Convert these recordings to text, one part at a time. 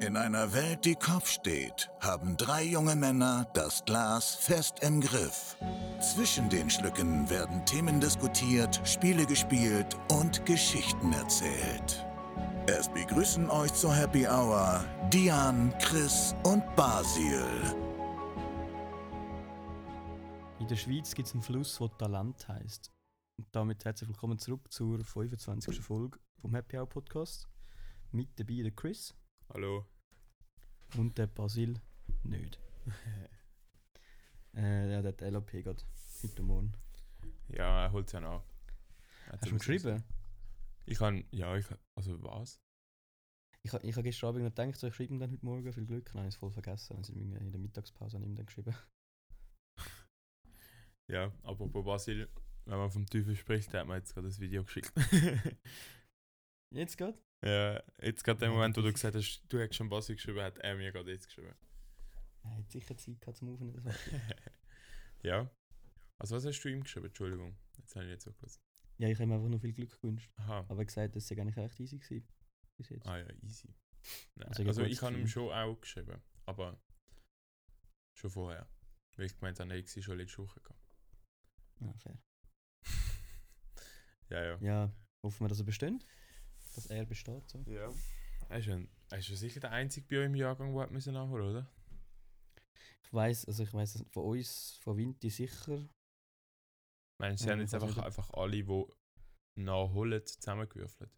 In einer Welt, die Kopf steht, haben drei junge Männer das Glas fest im Griff. Zwischen den Schlücken werden Themen diskutiert, Spiele gespielt und Geschichten erzählt. Es begrüßen euch zur Happy Hour Dian, Chris und Basil. In der Schweiz gibt es einen Fluss, der Talent heißt. Und damit herzlich willkommen zurück zur 25. Folge vom Happy Hour Podcast. Mit dabei der Chris Hallo. und der Basil nicht. äh, ja, der hat LAP gerade heute Morgen. Ja, er holt es ja nach. Hat Hast du er ihm geschrieben? Ich kann, ja, ich also was? Ich, ha- ich habe gestern Abend noch gedacht, so, ich schreibe ihm dann heute Morgen, viel Glück. Nein, ich habe es voll vergessen. Also in der in der Mittagspause habe ich ihm dann geschrieben. Ja, apropos Basil, wenn man vom Teufel spricht, der hat mir jetzt gerade das Video geschickt. Jetzt geht? ja, jetzt gerade der Moment, wo du gesagt hast, du hättest schon Basil geschrieben, hat er mir gerade jetzt geschrieben. Er hat sicher Zeit gehabt zum Aufnehmen. das war- ja. Also was hast du ihm geschrieben? Entschuldigung, jetzt habe ich nicht so kurz. ja, ich habe ihm einfach nur viel Glück gewünscht. Aha. Aber er hat gesagt, das sei eigentlich recht easy gewesen. Bis jetzt. Ah ja, easy. Nein. Also, ich hab Also, ich gutes habe ihm Gefühl. schon auch geschrieben, aber schon vorher. Weil ich gemeint habe, er sei schon letzte Woche gegangen. Ah, fair. Ja, ja. Ja, hoffen wir, dass er besteht. Dass er besteht. So. Ja. Er ist, ein, er ist ja sicher der einzige bei euch im Jahrgang, der hat müssen nachholen oder? Ich weiß, also ich weiß von uns, von Vinti sicher. Meinst du, sie Ja, haben ich jetzt weiß einfach, nicht. einfach alle, die nachholen, zusammengewürfelt?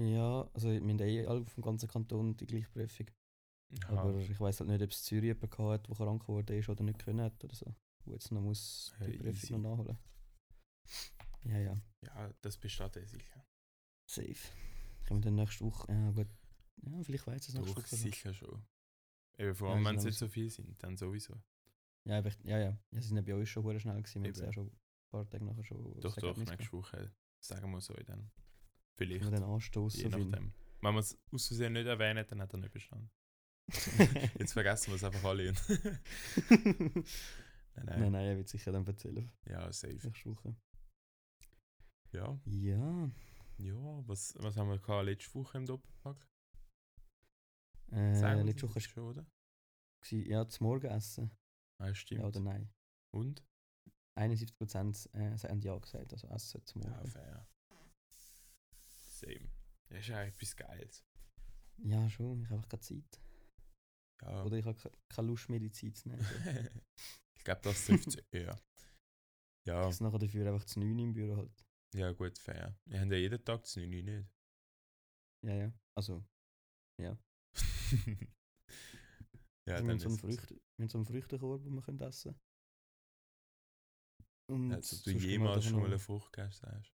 Ja, also wir haben eh alle vom ganzen Kanton die gleiche Prüfung. Aha. Aber ich weiß halt nicht, ob es Zürich jemanden gehabt hat, der krank geworden ist oder nicht können hat oder so. Wo jetzt noch muss die Hey, easy. Prüfung noch nachholen. Ja, ja, Ja, das besteht er sicher. safe. Können wir dann nächste Woche, ja gut, ja, vielleicht weiß es nächste Doch, Woche. schon. sicher schon. Eben vor Ja, allem, sie wenn es haben nicht sie- so viel sind, dann sowieso. Ja, aber ich, ja, ja, ja, sie sind ja bei uns schon hure schnell gewesen, wir haben Eben. sie ja schon ein paar Tage nachher schon Doch, das doch, Ergebnis nächste gehabt. Woche sagen wir es euch dann. Können Vielleicht, wir dann je anstoßen. auf ihn. nachdem. Wenn wir es aus Versehen nicht erwähnen, dann hat er nicht bestanden. Jetzt vergessen wir es einfach alle. nein, nein, nein, nein, er wird sicher dann erzählen. Ja, safe. Nächste Woche. Ja, Ja. ja. Was, was haben wir gehabt letzte Woche im Doppelpack? Sagen Äh, wir letzte das Woche war schon, oder? ja, zum Morgenessen. Ah, stimmt. Ja oder nein? Und? 71% äh, haben ja gesagt, also Essen zum Ja, Morgen. fair. Same. Das ist ja etwas Geiles. Ja, schon, ich habe einfach keine Zeit. Ja. Oder ich habe ke- keine Lust mehr, die Zeit zu nehmen. so. ich glaube, das trifft es eher. Ja, Ich sitze nachher dafür einfach zu 9 im Büro halt. ja, gut, fair. Wir haben ja jeden Tag das 9 nicht. Ja, ja. Also, ja, also wir, haben so einen ist es- Früchte, wir haben so einen Früchtekorb, den wir können essen können. Ja, dass also, du jemals schon mal eine Frucht gegessen hast.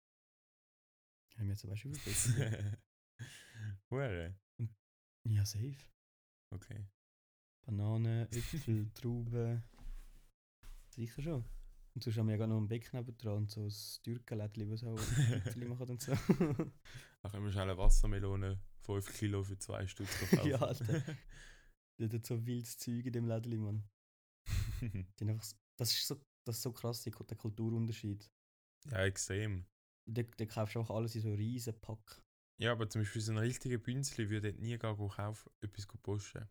Haben wir jetzt zum Beispiel Hure. Ja, safe. okay. Bananen, Äpfel, Trauben. Sicher schon. Und sonst haben wir ja gar noch einen Beck neben dran und so ein Türkenlädchen, was auch Äpfel machen und so. Dann können wir schnell eine Wassermelone 5 Kilo für 2 Stutz verkaufen. Ja, Alter. Die hat so wildes Zeug in dem Lädchen, Mann. Die haben einfach, s- das, ist so, das ist so krass, die- der Kulturunterschied. ja, extrem. Da, da kaufst du einfach alles in so riesen Pack. Ja, aber zum Beispiel so einen richtigen Bünzli würde ich nie gehen kaufen, etwas posten.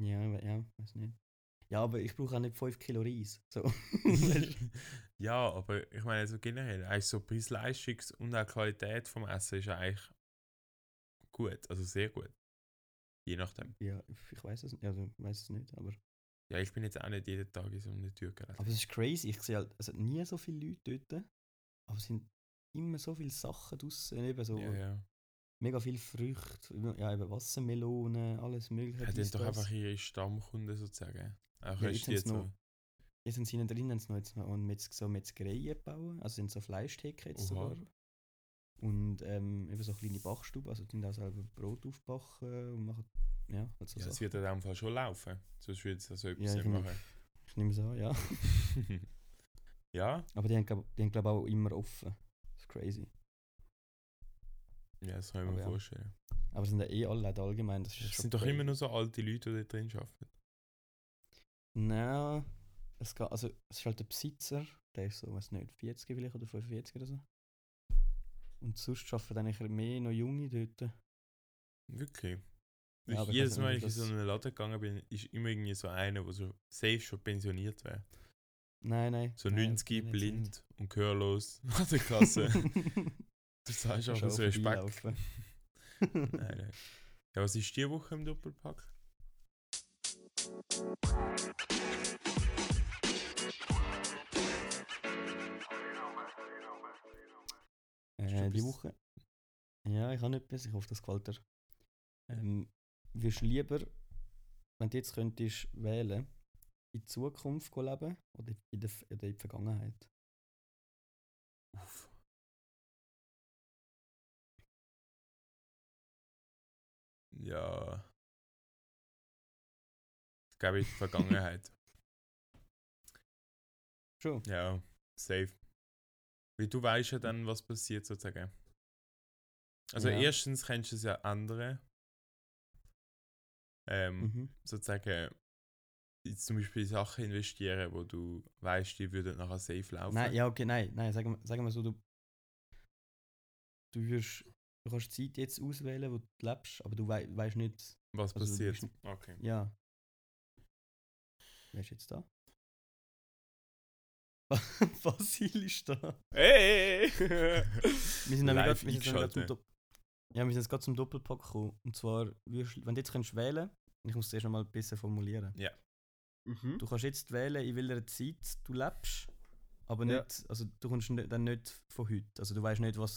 Ja, we- ja, weiß nicht. Ja, aber ich brauche auch nicht 5 Kilo Reis. So. Weisst du? ja, aber ich meine so generell, eigentlich so preis leistungs und auch Qualität vom Essen ist eigentlich gut, also sehr gut. Je nachdem. ja, ich weiß es nicht. Also, ich weiß es nicht, aber. Ja, ich bin jetzt auch nicht jeden Tag in so einem Türgerät. Aber es ist crazy, ich sehe halt, es hat nie so viele Leute dort, aber es sind immer so viele Sachen draussen, eben so Ja, ja. mega viel Früchte, ja eben Wassermelonen, alles mögliche. Ja, die dies, haben doch das. einfach ihre Stammkunden sozusagen. Auch Ja, ja, jetzt die jetzt haben's so. Jetzt sind sie innen drin, haben sie noch jetzt noch mit, so Metzgereien gebaut, also sind so Fleischtheke jetzt Oha. sogar. Und ähm, eben so kleine Backstuben, also die tun auch selber Brot aufbacken und machen, ja, halt so Ja, das Sachen. wird in dem Fall schon laufen. Sonst würde es so Ja, genau. etwas ich nicht nehme- machen. Ich nehme es an, ja. ja, Aber die haben, glaube ich, auch immer offen. Das ist crazy. ja, das kann ich Aber mir ja. vorstellen. Aber sind ja eh alle Läden allgemein, das ist Es schon sind doch crazy. immer nur so alte Leute, die da drin arbeiten. Nein, es geht, also es ist halt der Besitzer, der ist so, weiß nicht, 40 vielleicht oder 45 oder so. Und sonst arbeiten eigentlich mehr noch Junge dort. Wirklich. Ja, aber ich weiß jedes nicht, Mal, wie wenn ich in das- so einen Laden gegangen bin, ist immer irgendwie so einer, der so safe schon pensioniert wäre. Nein, nein. So nein, 90, nein, blind jetzt und gehörlos an der nicht. Kasse. du sagst Kannst einfach so auch Respekt. vorbeilaufen. Nein, nein. Ja, was ist diese Woche im Doppelpack? Hast du Äh, die etwas? Woche. Ja, ich habe etwas. Ich hoffe, das gefällt dir. Ähm, würdest du lieber, wenn du jetzt könntest wählen, in die Zukunft gehen leben oder in der, oder in die Vergangenheit? Uff. Ja. Ich glaube, in die Vergangenheit. Schon. ja, safe. Weil du weißt ja dann, was passiert sozusagen. Also, Hm. Ja. erstens kannst du es ja ändern. Ähm, Mhm. sozusagen jetzt zum Beispiel in Sachen investieren, wo du weißt, die würden nachher safe laufen. Nein, ja, okay, nein, nein, sagen wir, sagen wir so, du, du, wirst, du kannst die Zeit jetzt auswählen, wo du lebst, aber du wei weißt nicht, Was also du passiert? bist- Okay. ja. Wer ist jetzt da? Basil ist da. Hey! Wir sind nämlich grad- wir sind Live nämlich grad zum eingeschaltet. Dopp- ja, wir sind jetzt gerade zum Doppelpack gekommen. Und zwar, würdest, wenn du jetzt könntest wählen ich muss es erst einmal besser formulieren. Mhm. Du kannst jetzt wählen, in welcher Zeit du lebst, aber Ja. nicht, also du kommst ni- dann nicht von heute. Also du weißt nicht, was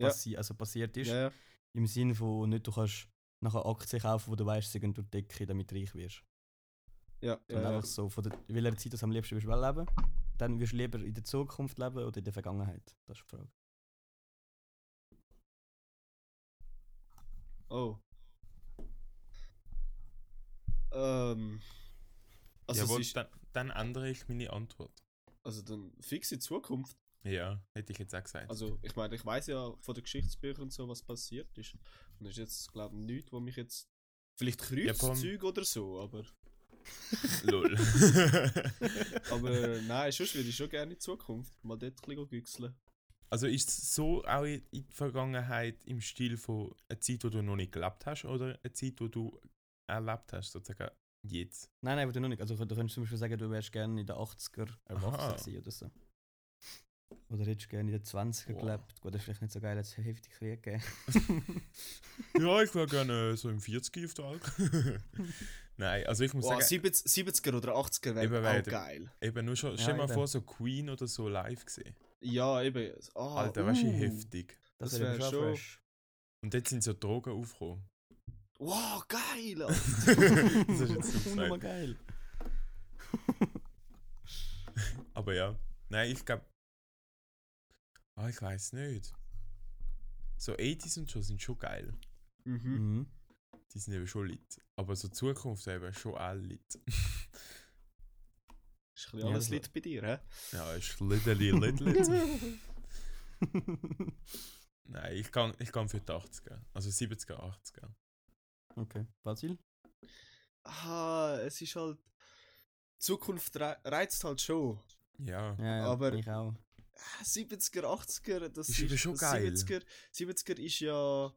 Ja. passi also passiert ist. Ja, ja. Im Sinne von nicht, du kannst nachher Aktien kaufen, wo du weißt, sie gehen durch die Decke, damit du reich wirst. ja, ja, Sondern ja. einfach so, von der, in welcher Zeit du am liebsten willst du leben. Dann wirst du lieber in der Zukunft leben oder in der Vergangenheit. Das ist die Frage. Oh. Ähm. Also, es Jawohl, ist, dann, dann ändere ich meine Antwort. also dann fixe Zukunft. Ja, hätte ich jetzt auch gesagt. Also ich meine, ich weiß ja von den Geschichtsbüchern und so, was passiert ist. Und das ist jetzt, glaube ich, nichts, wo mich jetzt. Vielleicht Ja, vor allem- Kreuzzüge oder so, aber. Lol. Aber nein, sonst würde ich schon gerne in die Zukunft mal dort ein bisschen güchseln. also ist es so auch in in der Vergangenheit im Stil von einer Zeit, wo du noch nicht gelebt hast oder eine Zeit, wo du erlebt hast, sozusagen jetzt? Nein, nein, aber du noch nicht. Also du könntest zum Beispiel sagen, du wärst gerne in den 80er erwachsen Aha. gewesen oder so. Oder hättest gerne in den 20er Wow. gelebt. Gut, das ist vielleicht nicht so geil, hat es heftig Krieg gegeben. Ja, ich wäre gerne so im 40 auf der Alk. Nein, also ich muss Boah, sagen, 70, 70er oder 80er Eben, wäre weil- auch geil. eben nur schon, Ja, stell dir mal eben. vor, so Queen oder so live gesehen. Ja, eben. Ah, Alter, weißt du, wie uh. heftig. Das, Das wäre wär schon schon- fresh. Und jetzt sind so Drogen aufgekommen. Wow, geil! Alter. das ist jetzt nicht Nochmal gesagt. geil. Aber ja, nein, ich glaube. Ah, ich weiß nicht. So 80s und so sind schon geil. mhm. mhm. Die sind eben schon lit. Aber so Zukunft eben schon auch lit. Ist ein bisschen Ja, alles das- Lied bei dir, hä? ja, ist literally lit lit. Mhm. nein, ich kann, ich kann für die 80er. Also 70er, 80er. okay, Basil? Ah, es ist halt. Zukunft rei- reizt halt schon. Ja. Ja, ja Aber- ich auch. 70er, 80er, das Ist ist, eben schon geil. 70er, 70er ist ja.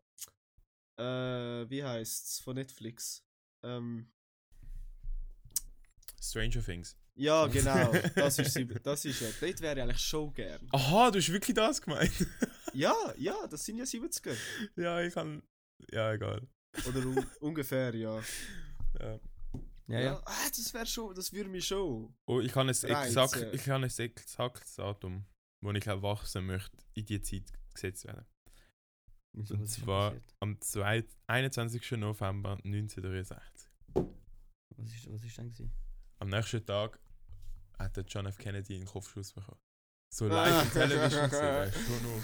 Äh, wie heißt's? Von Netflix. Ähm, Stranger Things. ja, genau. das, ist, sieb- das ist ja. Dort wäre ich eigentlich schon gern. Aha, du hast wirklich das gemeint. Ja, ja, das sind ja 70er. ja, ich kann. Ja, egal. Oder un ungefähr, ja. Ja. Ja, ja. Ah, das wäre schon. Das würde mich schon. Oh, ich habe ein exakt, Reize. ich habe ein exaktes Datum, wo ich erwachsen möchte, in die Zeit gesetzt werden. Wieso, Und was ist denn zwar passiert? am 2, 21. November 1963. Was ist, was ist denn gewesen? Am nächsten Tag hat der John F. Kennedy einen Kopfschuss bekommen. So Ah. live im Television gesehen, weißt du, schon noch.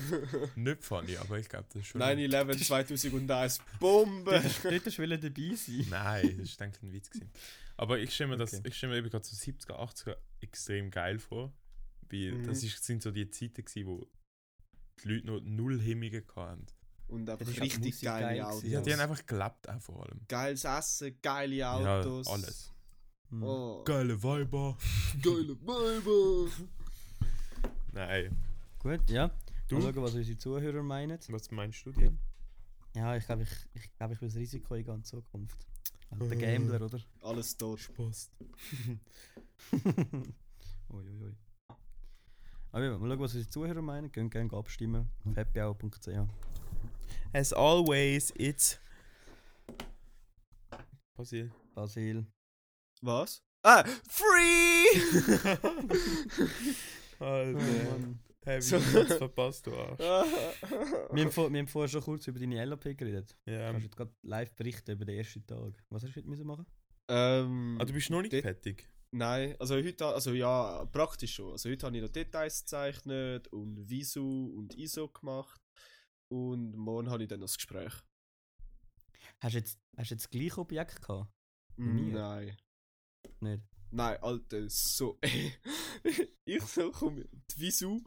Nicht funny, aber ich glaube, das ist schon. 9-11 2001. Bombe! Dort hast du wollen dabei sein. Nein, das ist denke ich, ein Witz gewesen. Aber ich stelle mir das, Okay. ich stelle mir eben gerade so 70er, 80er extrem geil vor, weil Mhm. das ist, sind so die Zeiten gewesen, wo die Leute noch null Hemmungen hatten. Und einfach ist auch richtig Musik geile geil Autos. gewesen, Ja, die haben einfach gelebt auch vor allem. Geiles Essen, geile Autos. Ja, alles. Hm. Oh. Geile Weiber. Geile Weiber! Nein. Gut, ja. Du? Mal schauen, was unsere Zuhörer meinen. Was meinst du dir? Ja, ich glaube, ich, ich, glaub, ich will das Risiko eingehen in Zukunft. Alter Gambler, oder? Alles tot. Spaß. oi, oi, oi. Aber ja, mal schauen, was unsere Zuhörer meinen. Gehen gerne abstimmen auf happyhour.ch. As always, it's. Basil. Basil. Was? Ah! Free! Alter. Hey, wie Oh, So. hast du das verpasst, du Arsch. Wir haben, vor, wir haben vorher schon kurz über deine LAP geredet. Ja. Kannst du jetzt gerade live berichten über den ersten Tag? Was hast du heute müssen machen? ähm, Ah, du bist noch nicht Dort- fertig. Nein, also heute, ha- also ja, praktisch schon. Also heute habe ich noch Details gezeichnet und Visu und ISO gemacht. Und morgen habe ich dann noch das Gespräch. Hast du jetzt, hast du jetzt das gleiche Objekt gehabt? Mir? Nein. Nicht? Nein, Alter, so. ich so komme. Die Visu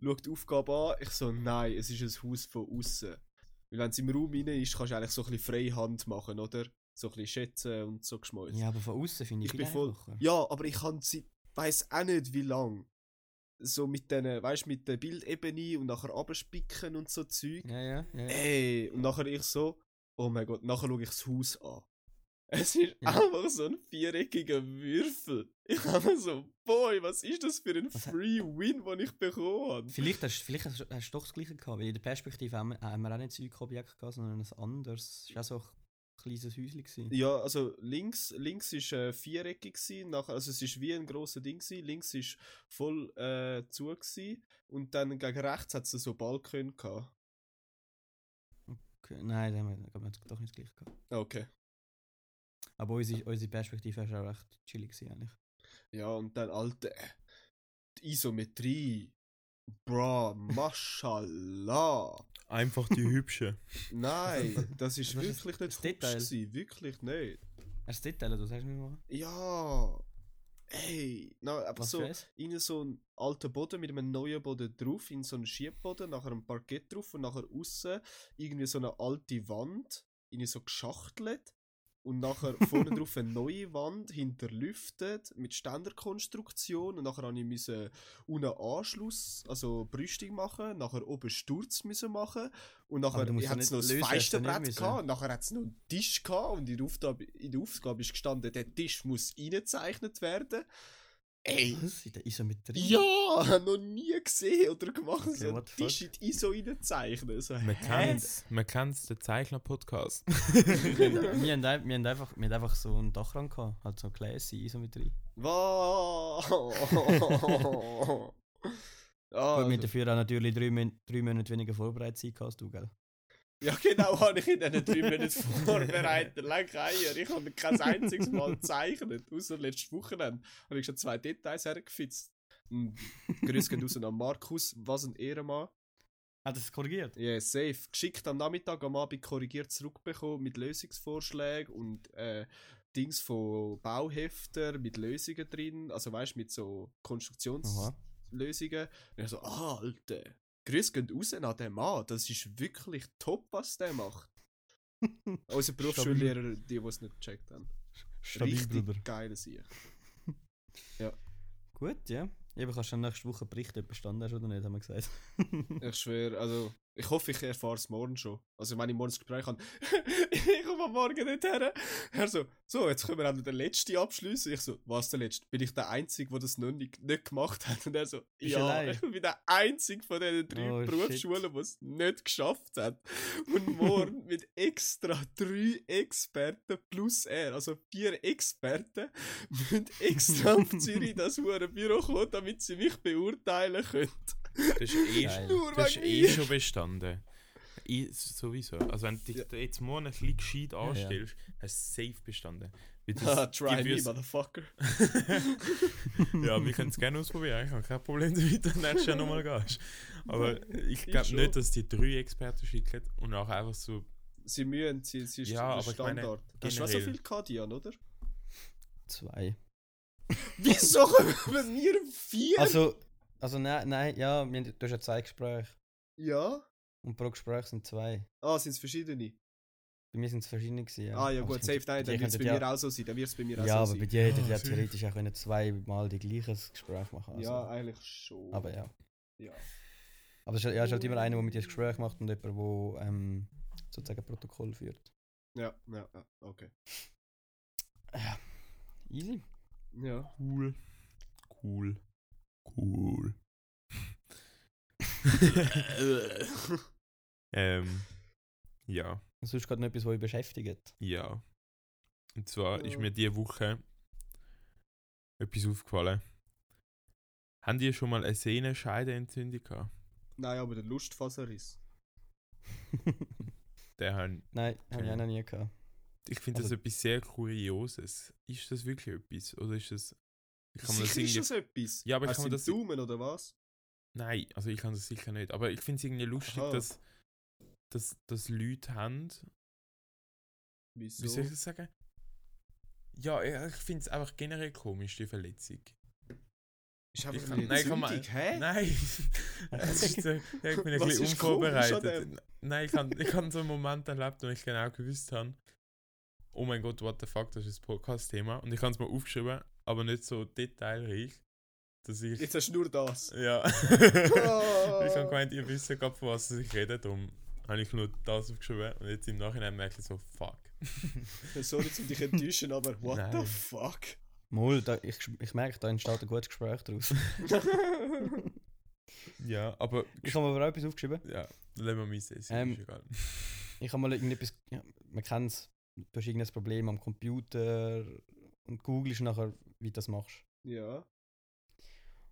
schaut die Aufgabe an. Ich so, nein, es ist ein Haus von außen. Weil wenn es im Raum rein ist, kannst du eigentlich so ein bisschen freie Hand machen, oder? So ein bisschen schätzen und so geschmolzen. Ja, aber von außen finde ich, Ich bin viel voll- einfacher. Ja, aber ich kann sie weiß auch nicht wie lang. So mit den, weißt mit der Bildebene und nachher abspicken und so Zeug. Ja, ja, ja. Äh. ja. Ey, und nachher ich so, oh mein Gott, nachher schaue ich das Haus an. Es ist Ja. einfach so ein viereckiger Würfel. Ich habe so, boy, was ist das für ein Was ha- Free Win, den ich bekommen habe? Vielleicht hast, vielleicht hast, hast du doch das gleiche gehabt, weil in der Perspektive haben wir, haben wir auch nicht das Zeugobjekt gehabt, sondern ein anderes. Es war auch so ein kleines Häuschen. gewesen. Ja, also links links ist äh, viereckig gsi, nachher also es ist wie ein großes Ding gsi, links ist voll äh, zu gsi und dann gegen rechts hat es so Balkon gehabt. Okay, Nein, da haben wir, da haben wir jetzt doch nicht das gleiche gehabt. Ah, Okay. Aber unsere, unsere Perspektive war auch recht chillig gewesen, eigentlich. Ja, und dann alte äh, die Isometrie. Bra, mashallah. Einfach die hübsche. Nein, Also, das ist Was ist wirklich nicht das hübsch Detail? gsi, wirklich nicht. Hast du das Detail, du sagst mir mal? Ja. Ey, na, einfach Was so. für eins? in so einen alten Boden mit einem neuen Boden drauf, in so einen Schiebboden, nachher ein Parkett drauf und nachher außen irgendwie so eine alte Wand, in so geschachtelt und nachher vorne drauf eine neue Wand, hinterlüftet mit Ständerkonstruktion und nachher habe ich müssen unten Anschluss, also Brüstung machen, nachher oben Sturz müssen machen und Aber nachher du musst hat ja es nicht noch das lösen, hast du nicht Feistenbrett müssen. gehabt, und nachher hat es noch einen Tisch gehabt und in der Aufgabe, in der Aufgabe ist gestanden, der Tisch muss reingezeichnet werden. Ey, Was? In der Isometrie? ja, noch nie gesehen oder gemacht. Okay, so einen what the Tisch in dus, die ISO reinzeichnen. So, Man hä? kennt's. Man kennt's, den Zeichner-Podcast. wir, haben, wir, haben, ein- wir, haben einfach, wir haben einfach so einen Dachrand gehabt, halt so eine Gläser, Isometrie. Oh. Wow. Ah, Gut, wir haben dafür auch natürlich drei, Mon- drei Monate weniger Vorbereitungszeit gehabt als du, gell? ja, nou, genau, habe ich in diesen drei Monaten vorbereitet. Lenk Eier. Ich habe kein einziges Mal gezeichnet. Außer letztes Wochenende habe ich schon zwei Details hergefitzt. Mm, Grüß gehen raus an Markus. Was ein Ehrenmann. Hat es korrigiert? Ja, safe. Geschickt am Nachmittag, am Abend korrigiert zurückbekommen mit Lösungsvorschlägen und äh, Dings von Bauhefter mit Lösungen drin. Also weißt du, mit so Aha. Konstruktionslösungen. Und ich so, ah, Alter, Grüß gehen raus an den Mann. Das ist wirklich top, was der macht. Unser Berufsschullehrer, die, die es nicht gecheckt haben. Richtig geil sehe Gut, ja. Ja, aber kannst du dann nächste Woche berichten, ob du bestanden hast oder nicht, haben wir gesagt. Ich schwöre, also ich hoffe, ich erfahre es morgen schon. Also wenn ich morgen das Gespräch habe, ich komme am Morgen nicht her. Er so, so, jetzt können wir auch noch den letzten abschließen. Ich so, was der letzte? Bin ich der Einzige, der das noch nicht, nicht gemacht hat? Und er so, Bist ja, allein? ich bin der Einzige von diesen drei Oh, shit. Berufsschulen, die es nicht geschafft hat. Und morgen mit extra drei Experten plus er, also vier Experten, müssen extra auf Zürich in das hure Büro kommen, damit sie mich beurteilen können. Das ist eh Geil. schon. Nur Du hast wegen eh mir. schon bestanden. I- sowieso. Also wenn du dich da jetzt morgen ein bisschen gescheit anstellst, hast du safe bestanden. Weil das- Ah, die try me, wirst- motherfucker. ja, wir können es gerne ausprobieren. Ich habe kein Problem damit, wenn du nächstes Jahr nochmal gehst. Aber ich Ich glaube schon. nicht, dass die drei Experten schicken und auch einfach so. Sie müssen, sie, sie ist Ja, der aber ich meine, Standard. Hast du auch so generell. viel Kadian, oder? Zwei. Wieso kommen wir vier? Also, also nein, nein, ja, wir, haben- du hast ja zwei Gespräche. ja? Und pro Gespräch sind zwei. Ah, sind es verschiedene? Bei mir sind es verschiedene gewesen, ja. ah ja Aber gut, es könnte- safe, nein, dann die wird es bei könnten ja- mir auch so sein, dann wird es bei mir auch Ja, aber so bei sein. dir hätte Ah, ich ja sorry. theoretisch auch können zweimal die gleiches Gespräch machen also. Ja, äh, eigentlich schon. Aber ja. Ja. Aber es ist, halt- ja, es ist halt immer einer, der mit dir das Gespräch macht und jemand, der ähm, sozusagen Protokoll führt. Ja, ja, ja, okay. Easy. Ja. Cool. Cool. Cool. ähm, ja, Und Also, sonst gerade noch etwas, was euch beschäftigt. ja. Und zwar Ja. ist mir diese Woche etwas aufgefallen. Haben die schon mal eine Sehnenscheidenentzündung gehabt? Nein, aber der Lustfaserriss. Der haben, Nein, habe ich auch noch nie gehabt. ich finde das Also- etwas sehr Kurioses. Ist das wirklich etwas? Oder ist das. Kann man das Sicher ist irgendwie das etwas? Ja, aber ich Hast kann mir du das- den Daumen oder was? Nein, also ich kann das sicher nicht. Aber ich finde es irgendwie lustig, Aha. dass, dass, dass Leute haben. Wieso? Wie soll ich das sagen? Ja, ich- ich finde es einfach generell komisch, die Verletzung. Ist einfach Ich eine kann- nein, ich kann mal- Entzündung, hä? Nein! es ist so, ja, ich bin ein Was bisschen ist komisch an unvorbereitet. dem? Nein, ich habe ich hab so einen Moment erlebt, wo ich genau gewusst habe, oh mein Gott, what the fuck, das ist ein Podcast-Thema. Und ich habe es mal aufgeschrieben, aber nicht so detailreich, dass ich... Jetzt hast du nur das. Ja. Oh. ich habe gemeint, ihr wisst ja gerade, von was ich rede, darum habe ich nur das aufgeschrieben und jetzt im Nachhinein merke ich so, fuck. Sorry, um dich enttäuschen, aber what Nein. the fuck? Mol, da, ich, ich merke, da entsteht ein gutes Gespräch daraus. Ja, aber Ich habe mir aber auch etwas aufgeschrieben. ja, lassen wir mich sehen, ist Ähm, egal. Ich habe mal irgendetwas. Ja, man kennt es. Du hast irgendein Problem am Computer und googelst nachher, wie du das machst. ja.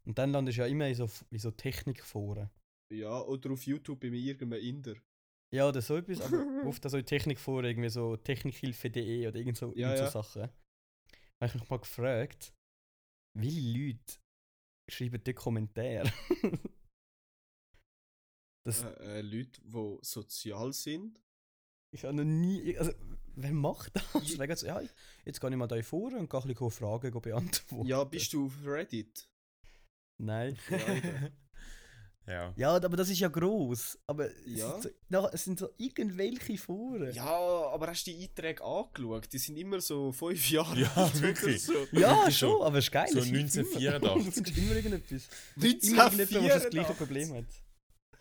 Und dann landest du ja immer in so, in so Technikforen. Ja, oder auf YouTube bei irgendeinem Inder. Ja, oder so etwas, aber oft auch so in Technikforen, irgendwie so technikhilfe.de oder irgend so, Ja, irgend so ja. Sachen. Habe ich mich mal gefragt, welche Leute schreiben die Kommentare? Das- Äh, äh, Leute, die sozial sind. Ich habe noch nie. Also, wer macht das? Je- Wer geht so, ja, jetzt gehe ich mal da in die Foren und gehe ein bisschen Fragen beantworten. Ja, bist du auf Reddit? Nein. ja. Ja, aber das ist ja gross. Aber Ja. es, sind so, na, es sind so irgendwelche Foren. Ja, aber hast du die Einträge angeschaut? Die sind immer so fünf Jahre Ja, alt oder wirklich. so. Ja, Wirklich schon, so. aber es ist geil. So es hilft immer. 1984. Es ist immer irgendetwas. Immer irgendjemand, der das gleiche 1984. Problem hat.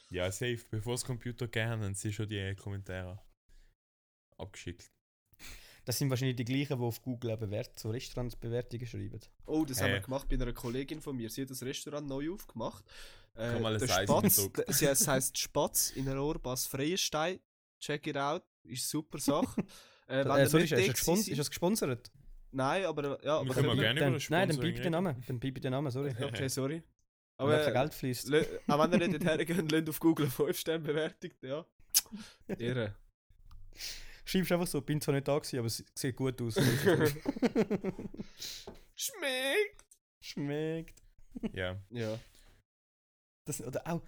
Ja, safe, bevor es Computer gern haben, sind schon die Kommentare abgeschickt. Das sind wahrscheinlich die gleichen, die auf Google auch bewert, so Restaurantsbewertungen schreiben. Oh, das haben Äh. wir gemacht bei einer Kollegin von mir. Sie hat das Restaurant neu aufgemacht. Äh, mal ein der Eis Spatz, reindrücken. der- sie es heißt Spatz in Rohrbass Freienstein. Check it out, ist super Sache. Äh, wenn Äh, ihr sorry, ist nicht das, dort gespon- gewesen ist das gesponsert? seid- Nein, aber ja, Wir aber können mal wir- gerne dann, über nein, dann Sponsoring piep den reden. Namen. Dann piep den Namen, sorry. Okay, sorry. Aber wenn kein Aber äh, Geld fließt. lö- auch wenn ihr nicht hergeht, lasst auf Google 5 Sterne bewertet, ja. Irre. Schreibst einfach so, bin zwar nicht da gewesen, aber es sieht gut aus. Schmeckt! Schmeckt. Ja. Ja. Das, oder auch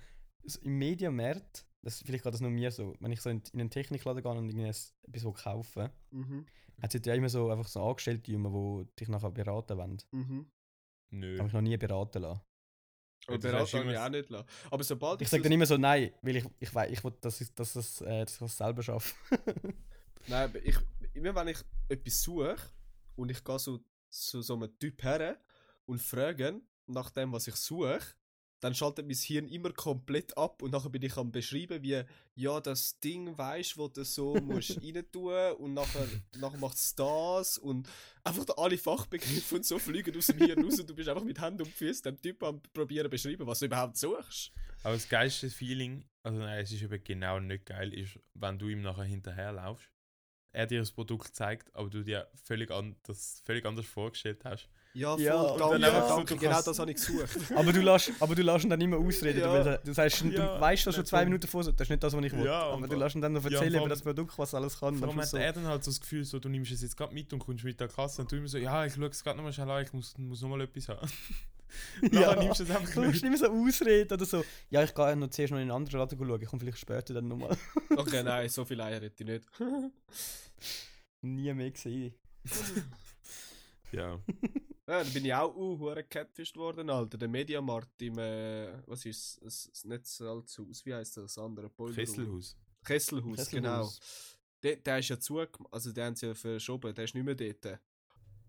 so im Mediamarkt, das, vielleicht geht das nur mir so, wenn ich so in, in einen Technikladen gehe und irgendetwas etwas will kaufen Mhm. hat es ja immer so einfach so Angestellte, die dich nachher beraten wollen. Mhm. Nö. Ich habe mich noch nie beraten lassen. Aber das hast du Beratung habe ich immer- auch nicht lassen. Aber sobald Ich sage so- dann immer so, nein, weil ich, ich weiß, ich will, dass ich dass das, äh, dass ich das selber schaffe. Nein, aber ich, immer wenn ich etwas suche und ich gehe so zu so einem Typ her und frage nach dem, was ich suche, dann schaltet mein Hirn immer komplett ab und nachher bin ich am beschreiben, wie ja, das Ding weisst, wo du so musst rein tun und nachher, nachher macht es das und einfach da alle Fachbegriffe und so fliegen aus dem Hirn raus und du bist einfach mit Händen und Füßen dem Typ am probieren beschreiben, was du überhaupt suchst. Aber das geilste Feeling, also nein, es ist eben genau nicht geil, ist, wenn du ihm nachher hinterherlaufst, er dir das Produkt zeigt, aber du dir völlig an, das völlig anders vorgestellt hast. Ja, voll, Ja, und danke, dann einfach so, danke, du genau kannst- das habe ich gesucht. aber du lässt, aber du lässt ihn dann immer ausreden. Ja. Du, willst- du sagst, du Ja, weißt das schon nein, zwei vor- Minuten vor, so, das ist nicht das, was ich will. Ja, und aber du vor- lässt ihn dann noch erzählen vor- über das Produkt, was alles kann. Vor Dann allem hat so, er dann halt so das Gefühl, so, du nimmst es jetzt gerade mit und kommst mit der Kasse und du immer so, ja, ich schaue es gerade nochmal schnell an, ich muss, muss nochmal etwas haben. Nachher Ja. nimmst du es einfach du lässt mit. nicht mehr so ausreden oder so. Ja, ich gehe noch zuerst noch in einen anderen Laden schauen, ich komme vielleicht später dann nochmal. Okay, nein, so viel Eier hätte ich nicht. Nie mehr gesehen. Ja. Ja, da bin ich auch uh, hure catfished worden, Alter. Der Mediamarkt im, äh, was ist es, es nicht Salzhaus, wie heißt das andere? Boiler Room. Kesselhaus. Kesselhaus, genau. Kesselhaus. Der, der ist ja zugemacht, also den haben sie ja verschoben, der ist nicht mehr dort.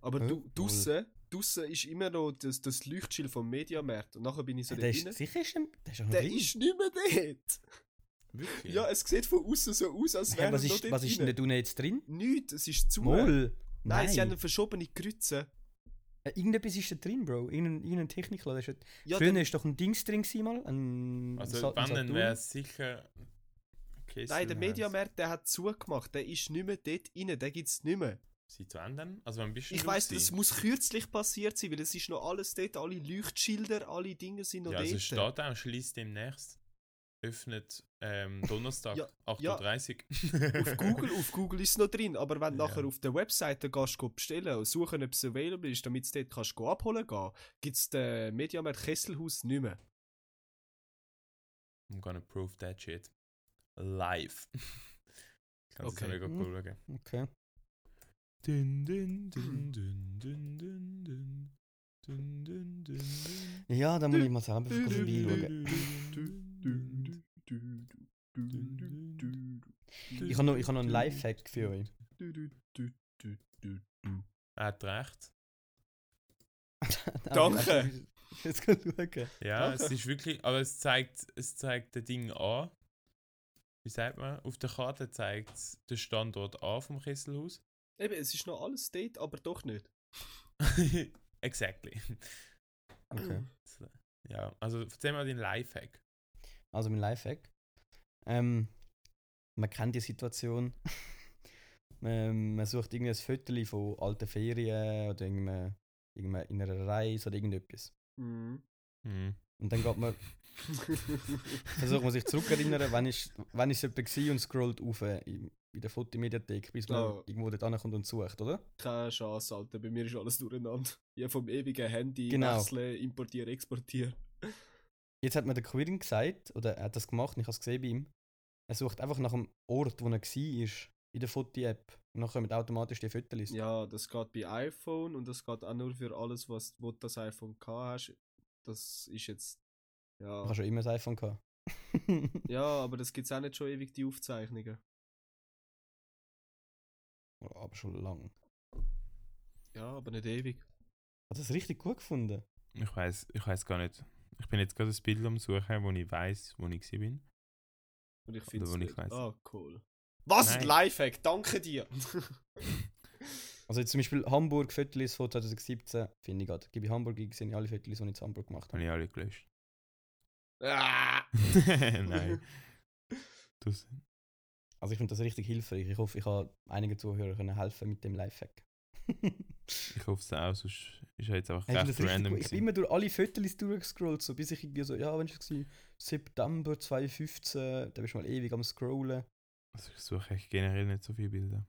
Aber Hä? du, draussen, draussen ist immer noch das, das Leuchtschild vom Mediamarkt und nachher bin ich so Der dort ist, rein. sicher ist er, der ist auch noch Der drin. ist nicht mehr dort! Wirklich? Ja, es sieht von außen so aus, als Hä, wäre was er noch ist, dort was ist rein. denn da unten jetzt drin? Nichts, es ist zu. Moll! Nein, Nein, sie haben eine verschobene Grütze. Äh, Irgendetwas ist da drin, Bro. Irgendein, irgendein Technikler. Das ist ja- Ja, Früher dann- war doch ein Dings drin, gewesen mal. Ein also, Sa- ein wenn, dann Saturn. wäre es sicher. Kessel Nein, der heisst. Mediamarkt, der hat zugemacht. Der ist nicht mehr dort rein, den gibt es nicht mehr. Seit wann denn? Also, wann bist du Ich raus weiss, das gewesen? muss kürzlich passiert sein, weil es ist noch alles dort, alle Leuchtschilder, alle Dinge sind noch Ja, dort. also, steht auch, schließt demnächst. Öffnet ähm, Donnerstag, Ja, ja. 8.30 Uhr. auf Google, auf Google ist es noch drin, aber wenn Ja. du nachher auf der Webseite gehst, go bestellen und suchen, ob es available ist, damit du dort kannst go abholen gehen, gibt es den Mediamarkt Kesselhaus nicht mehr. I'm gonna prove that shit. Live. Kannst Okay. okay. du mega cool schauen. Okay. Dun, dun, dun, dun, dun, dun, dun. Dun, dun, dun, dun. Ja, da muss ich mal selber vorbeischauen. Ich habe noch, ich hab noch einen Lifehack für euch. Er hat recht. Danke. Jetzt kann ich schauen. Ja, Danke. es ist wirklich, aber es zeigt, es zeigt das Ding an. Wie sagt man? Auf der Karte zeigt es den Standort an vom Kesselhaus. Eben, es ist noch alles dort, aber doch nicht. exactly. Okay. Ja, also erzähl mal deinen Lifehack. Also mein Lifehack. Ähm, man kennt die Situation. ähm, man sucht irgendein Viertel von alten Ferien oder irgendeinem, irgendeinem in einer Reise oder irgendetwas. Mhm. Hm. Und dann geht man, Also, versucht man sich zurückerinnern, wann ist, wann ist jemand gewesen und scrollt auf in, in der Fotomediathek, bis man Oh. irgendwo dort ankommt und sucht, oder? Keine Chance, Alter. Bei mir ist alles durcheinander. Ja, vom ewigen Handy Genau. wechseln, importieren, exportieren. Jetzt hat mir der Quirin gesagt, oder er hat das gemacht, und ich habe es gesehen bei ihm. Er sucht einfach nach dem Ort, wo er war, in der Foti-App. Und dann kommen automatisch die Fotos. Ja, das geht bei iPhone und das geht auch nur für alles, was wo du das iPhone gehabt hast. Das ist jetzt. Ich habe Ja. schon immer ein iPhone gehabt. Ja, aber das gibt es auch nicht schon ewig, die Aufzeichnungen. Oh, aber schon lang. Ja, aber nicht ewig. Hat das richtig gut gefunden? Ich weiß, ich weiß gar nicht. Ich bin jetzt gerade ein Bild am suchen, wo ich weiß, wo ich gsi bin. Und ich Oder finde wo nicht es. weiss. Ah, cool. Was? Nein. Ein Lifehack, danke dir! Also jetzt zum Beispiel Hamburg, Viertelis von 2017, finde ich gerade. Gebe ich Hamburg ein, sehe ich alle Viertelis, die ich in Hamburg gemacht Habe habe. ich alle gelöscht. ah! Nein. Das, Also ich finde das richtig hilfreich. Ich hoffe, ich habe einigen Zuhörern können helfen mit dem Lifehack. ich ich hoffe es auch, sonst ist er jetzt einfach finde recht das richtig random. gut. Ich bin gewesen. immer durch alle Viertelis durchgescrollt, so, bis ich irgendwie so, ja, wenn ich war September 2015, da bist du mal ewig am Scrollen. Also ich suche echt generell nicht so viele Bilder.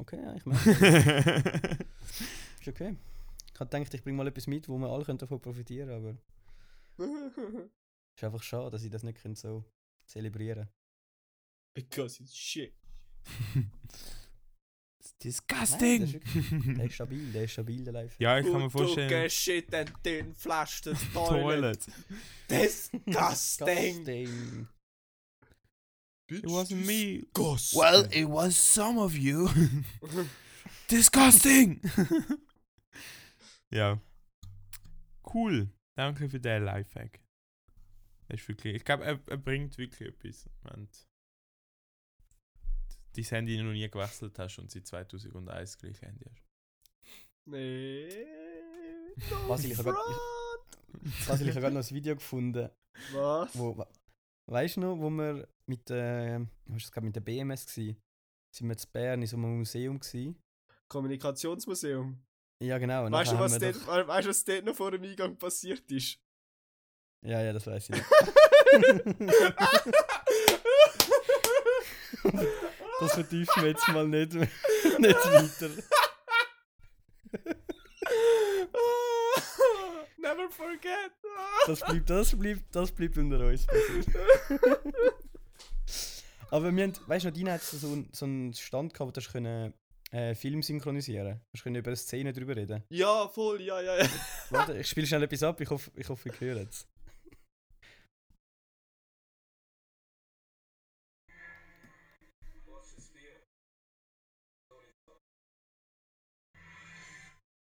Okay, ja, ich merke, Nein, ist okay. Ich habe gedacht, ich bringe mal etwas mit, wo wir alle können davon profitieren aber es ist einfach schade, dass ich das nicht können so zelebrieren Because it's shit. das ist Nein, das ist disgusting! Der ist stabil, der ist stabil, der Live. ja, ich kann mir Gut, du vorstellen, gehst shit and den flasht das Toilet. Toilet. Disgusting! Disgusting. It wasn't me. Disgusting. Well, it was some of you. disgusting! ja. Cool. Danke für den Lifehack. Das ist wirklich, ich glaube, er, er bringt wirklich etwas. Wenn du dein Handy noch nie gewechselt hast und seit 2001 das gleiche Handy hast. Nee. Basil, ich hab grad- ich- Basil, Also, ich habe gerade noch ein Video gefunden, Was? wo, we- weißt du noch, wo wir mit, äh, was ist das, mit der BMS gsi, sind wir in Bern in so einem Museum gsi. Kommunikationsmuseum. Ja genau. und Weißt du, nachher was haben wir dort, we- weißt du, was dort noch vor dem Eingang passiert ist? doch- Ja, ja, das weiß ich. Nicht. Das vertiefen wir jetzt mal nicht, nicht weiter. Never forget. Das bleibt, das bleibt, das bleibt unter uns. Aber wir haben, weißt du, noch, deiner hat so, einen- so einen Stand gehabt, wo du hast können, äh, Film synchronisieren konntest. Du konntest über eine Szene drüber reden. ja, voll, ja, ja, ja. Warte, ich spiele schnell etwas ab, ich hoffe, ich hoffe, ihr hört es.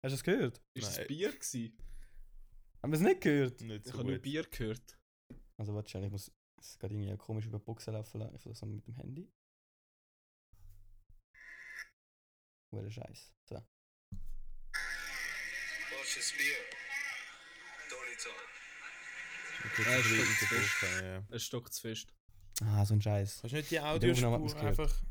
Hast du es gehört? Ist das Nein. Bier gewesen? Haben wir es nicht gehört? Nicht Ich habe nur Bier gehört. Also warte schnell, ich muss es gerade irgendwie komisch über die Boxen laufen lassen. Ich versuche es mit dem Handy. Welcher Scheiß. So. Deutsches Bier. Dolly Talk. Okay, Ja, das ist ein bisschen stimmt, das ist- unterbrochen, ja. Es stockt zu fest. Ah, so ein Scheiß. Kannst du nicht die Aufnahme hat Audiospur man's gehört. einfach.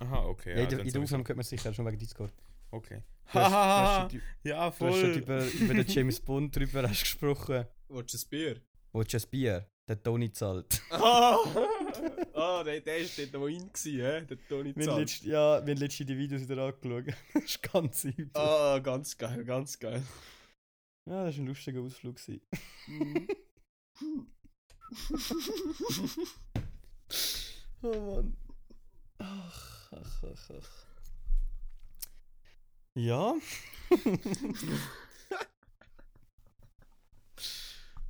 Aha, okay. Ja, in der- dann in der sowieso. Aufnahme könnte man es sicher schon wegen Discord. Okay. Du hast, du Hahaha, hast, schon, ja, du hast schon voll. über, über den James Bond drüber hast gesprochen. Willst du ein Bier? Willst du ein Bier? Der Toni zahlt. Ah, ah der, der ist dort noch in, gewesen, hä? der Toni Wir haben Zahn. letzt- ja, wir haben letztens die Videos wieder angeschaut. das ist ganz übel. Ah, ganz geil, ganz geil. Ja, das war ein lustiger Ausflug. gewesen. oh Mann. Ach, ach, ach, ach. Ja.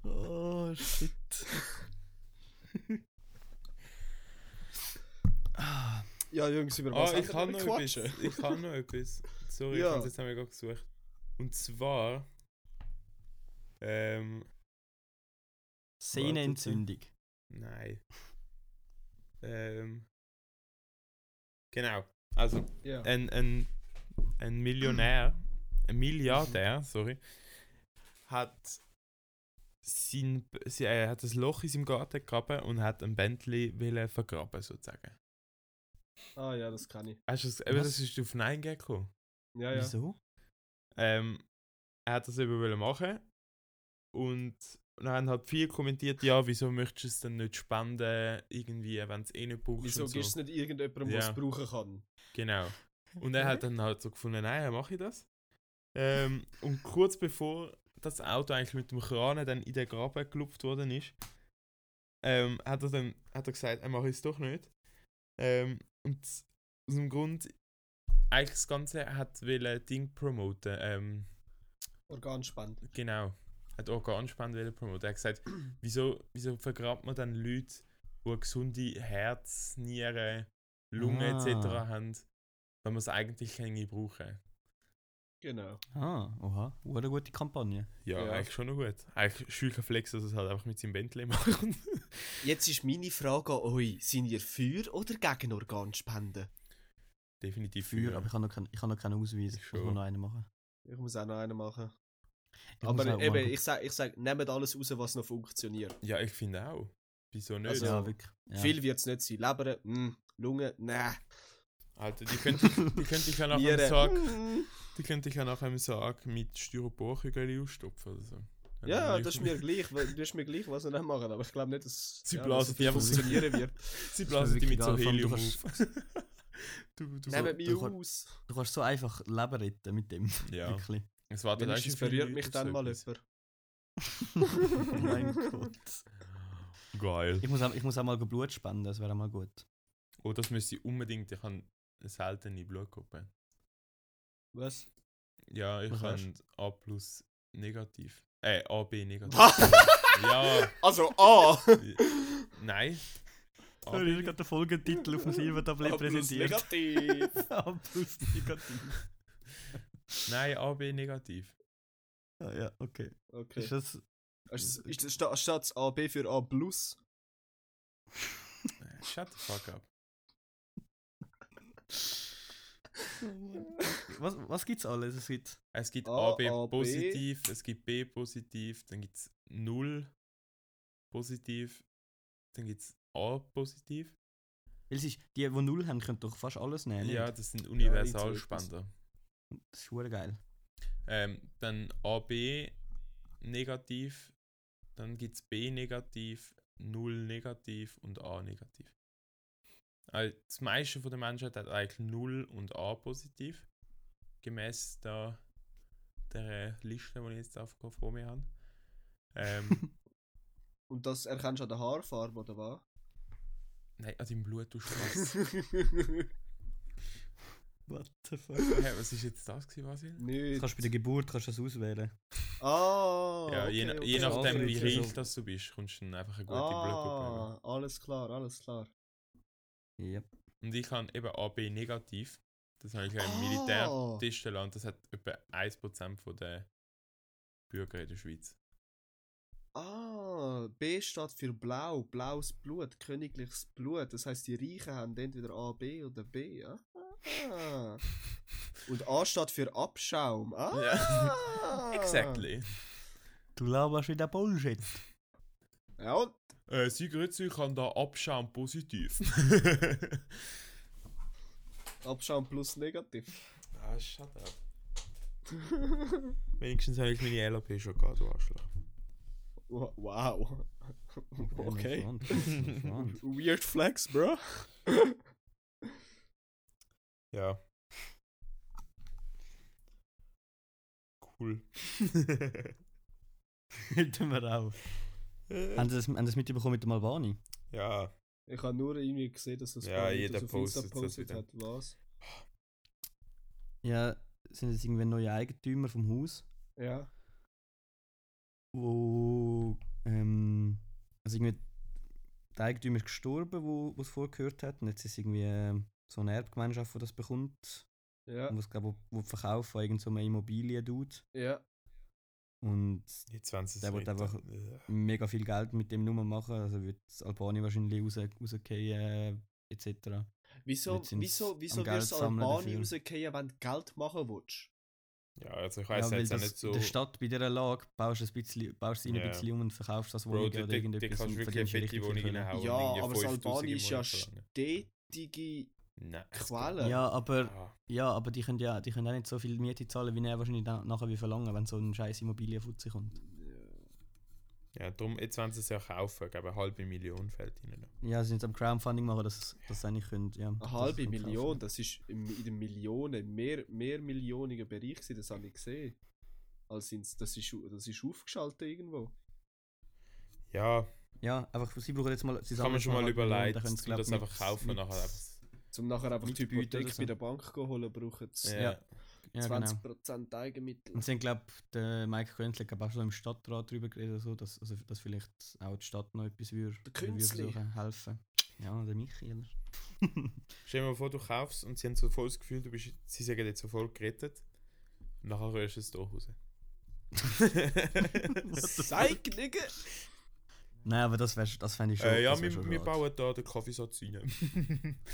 oh, shit. ah, ja, Jungs, über Ah, was ich haben habe wir noch denn etwas. gequatscht? Ich habe noch etwas. Sorry, Ja. ich habe es jetzt einmal gerade gesucht. Und zwar. Ähm. Sehnenentzündung. Nein. Ähm. Genau. Also, Ja. ein, ein, ein Millionär, ein Milliardär, Mhm. sorry, hat sein, sie, er hat ein Loch in seinem Garten gegraben und hat ein Bentley wollen vergraben, sozusagen. Ah ja, das kann ich. Hast du das, eben, Was? das ist auf Nein gekommen. Ah, Ja, ja. Wieso? Ähm, er hat das eben wollen machen und dann haben halt viele kommentiert, ja, wieso möchtest du es denn nicht spenden, irgendwie, wenn du es eh nicht brauchst Wieso und so. gibst du es nicht irgendjemandem, der Ja. es brauchen kann? Genau. Und er hat dann halt so gefunden, nein, mache ich das. Ähm, und kurz bevor das Auto eigentlich mit dem Kran dann in den Graben gelupft worden ist, ähm, hat er dann hat er gesagt, er mache es doch nicht. Ähm, und z- aus dem Grund, eigentlich das Ganze er hat wollte Ding promoten. Ähm, Organspende. genau. Hat Organspende wollen promoten. Er hat gesagt, wieso, wieso vergrabt man dann Leute, die ein gesunde Herz, Nieren, Lunge Ah. etc. haben, wenn man es eigentlich keine brauchen? Genau. Ah, oha. Uh, eine gute Kampagne. Ja, Ja. eigentlich schon noch gut. Eigentlich schücher Flex, dass er es halt einfach mit seinem Bentley machen. Jetzt ist meine Frage an euch: Sind ihr für oder gegen Organspende? Definitiv Für, aber ich habe noch, kein, ich habe noch keinen Ausweis. Ich Ich muss schon. nur noch einen machen. Ich muss auch noch einen machen. Ich muss Aber auch eben, morgen- ich sage, ich sag, nehmt alles raus, was noch funktioniert. Ja, ich finde auch. Wieso nicht? Also- ja, wirklich. Ja. Viel wird es nicht sein. Leber, mm, Lunge, nein. Alter, die könnte ich, die könnte ich ja nach einem Nieren, Sarg, mm. die könnte ich ja nach einem Sarg mit Styroporkügeln ausstopfen oder so. Wenn Ja, dann das ist nicht- mir gleich, weil- das ist mir gleich, was wir dann machen. Aber ich glaube nicht, dass Sie ja, blasen dass die einfach es funktionieren wird. Sie blasen die mit so Wirklich, Helium Alpha, du auf. du, du, Nehmt mich du kannst- aus. Du kannst so einfach Leben retten mit dem. ja, Wirklich. es war dann Wenigstens berührt mich dann mal jemand. mein Gott. Geil. Ich muss, auch, ich muss auch mal Blut spenden, das wäre mal gut. Oh, das müsste ich unbedingt. Ich habe eine seltene Blutgruppe. Was? Ja, ich Was habe hast A plus negativ. Äh, AB negativ. ja, ja. Also A! nein. Ich habe gerade den Folgentitel auf dem Silbertablett präsentiert. negativ. Plus negativ. Nein, AB negativ. Ah, ja, okay. Okay. Ist das. Ist, ist, ist, sta- statt das AB für A plus? Äh, Shut the fuck up. Oh Was, was gibt's alles? Es gibt. Es gibt A, AB AB. positiv, es gibt B positiv, dann gibt es 0 positiv, dann gibt es A positiv. Weil es ist, die, die null haben, können doch fast alles nehmen. Ja, nicht? das sind irgend so Universalspender. das ist hure geil. Ähm, dann AB negativ, dann gibt es B negativ, 0 negativ und A negativ. Also das meiste von der Menschheit hat eigentlich 0 und A positiv. Gemäß der, der äh, Liste, die ich jetzt auf, vor mir habe. Ähm, Und das erkennst du an der Haarfarbe, oder was? nein, an deinem Blut tust du was. What the fuck? Hä, was ist jetzt das gewesen, Basil? Du Nicht. kannst bei der Geburt kannst du das auswählen. Ah! ja, okay, je, na- okay, je nachdem, okay, wie Also, okay. reich das du bist, kommst du dann einfach eine gute Blutgruppe über. Ah, alles klar, alles klar. Yep. Und ich habe eben AB negativ. Das habe ich ja im Ah. Militärtischland. Das hat etwa 1% von der Bürger in der Schweiz. Ah, B steht für blau, blaues Blut, königliches Blut. Das heißt, die Reichen haben entweder A, B oder B. Ah. Und A steht für Abschaum. Ah. Ah. Exactly. Du laberst wieder Bullshit. Ja, und Äh, sie grüezi, ich kann da abschauen positiv. Abschaum plus negativ. ah, shut up. Wenigstens habe ich meine LAP schon gehabt, du Arschloch. Wa- Wow. Okay. Spannend, spannend. Weird Flex, bro. Ja. Cool. Hätten wir auch. Haben Sie das, haben Sie das mitbekommen mit dem Albani? ja. Ich habe nur irgendwie gesehen, dass das Ja, Barney jeder das auf Insta postet das postet wieder. hat. Was? Ja, sind jetzt irgendwie neue Eigentümer vom Haus? Ja. wo ähm, also irgendwie der Eigentümer ist gestorben, wo wo es vorgehört hat und jetzt ist irgendwie ähm, so eine Erbgemeinschaft, die das bekommt, Ja. und was glaube wo, wo verkauft von irgendeinem so einem Immobilien-Dude ja. und Jetzt werden sie es Der wollte retten. einfach- Äh, mega viel Geld mit dem Nummer machen, also wird Albanien wahrscheinlich raus, rausgehen äh, etc. Wieso, Jetzt sind's wieso, wieso am Geld wirst du sammeln Albani dafür. rausgehen, wenn du Geld machen willst? Ja, also ich weiß weil jetzt auch das nicht so. in der Stadt bei dieser Lage baust du ein bisschen, baust du Ja. ein bisschen um und verkaufst das Bro, Wohnung du oder kannst irgendetwas und wirklich eine verdienst fette richtig Wohnung viel Kohle. reinhauen. und Ja, irgendwie aber das 5000 Albani ist im ja Monat verlangen. stetige Nein. Quelle. Ja, aber Ah, Ja, aber die können ja die können auch nicht so viel Miete zahlen, wie er wahrscheinlich na- nachher wie verlangen, wenn so ein scheiß Immobilienfutzi kommt. ja, darum, jetzt werden sie es ja kaufen, glaube eine halbe Million fällt ihnen noch. Ja, sie sind jetzt am Crowdfunding machen, dass dass sie eigentlich können. Ja, Eine dass halbe sie können Million, kaufen. das ist im, in den Millionen, mehr, mehr Millionigen Bereich, gewesen, das habe ich gesehen. Als ins, das, ist, au- das ist aufgeschaltet irgendwo. Ja, Ja, einfach sie brauchen jetzt mal. Sie kann sammeln man jetzt schon mal eine halbe Million, überlegen, dann können dass sie, du das glaub, einfach mit- kaufen mit- nachher einfach. Zum Um nachher einfach die Mitbieten Hypothek oder so. bei der Bank go holen, brauchen sie Ja. Ja, genau. 20% Eigenmittel. Und sie haben, glaube der Mike Könzli glaub, auch schon im Stadtrat darüber geredet, oder so, dass, also, dass vielleicht auch die Stadt noch etwas würde Der würde Künzli. versuchen helfen. Ja, der Michi, oder? Stell dir mal vor, du kaufst und sie haben so voll das Gefühl, du bist, sie sagen jetzt sofort gerettet. Und nachher rührst du es hier raus. Äh, Zeig, Nigga! Nein, aber das, wär- das fände ich schon. äh, ja, das wär wir, schon wir schade. bauen da den Kaffeesatz rein.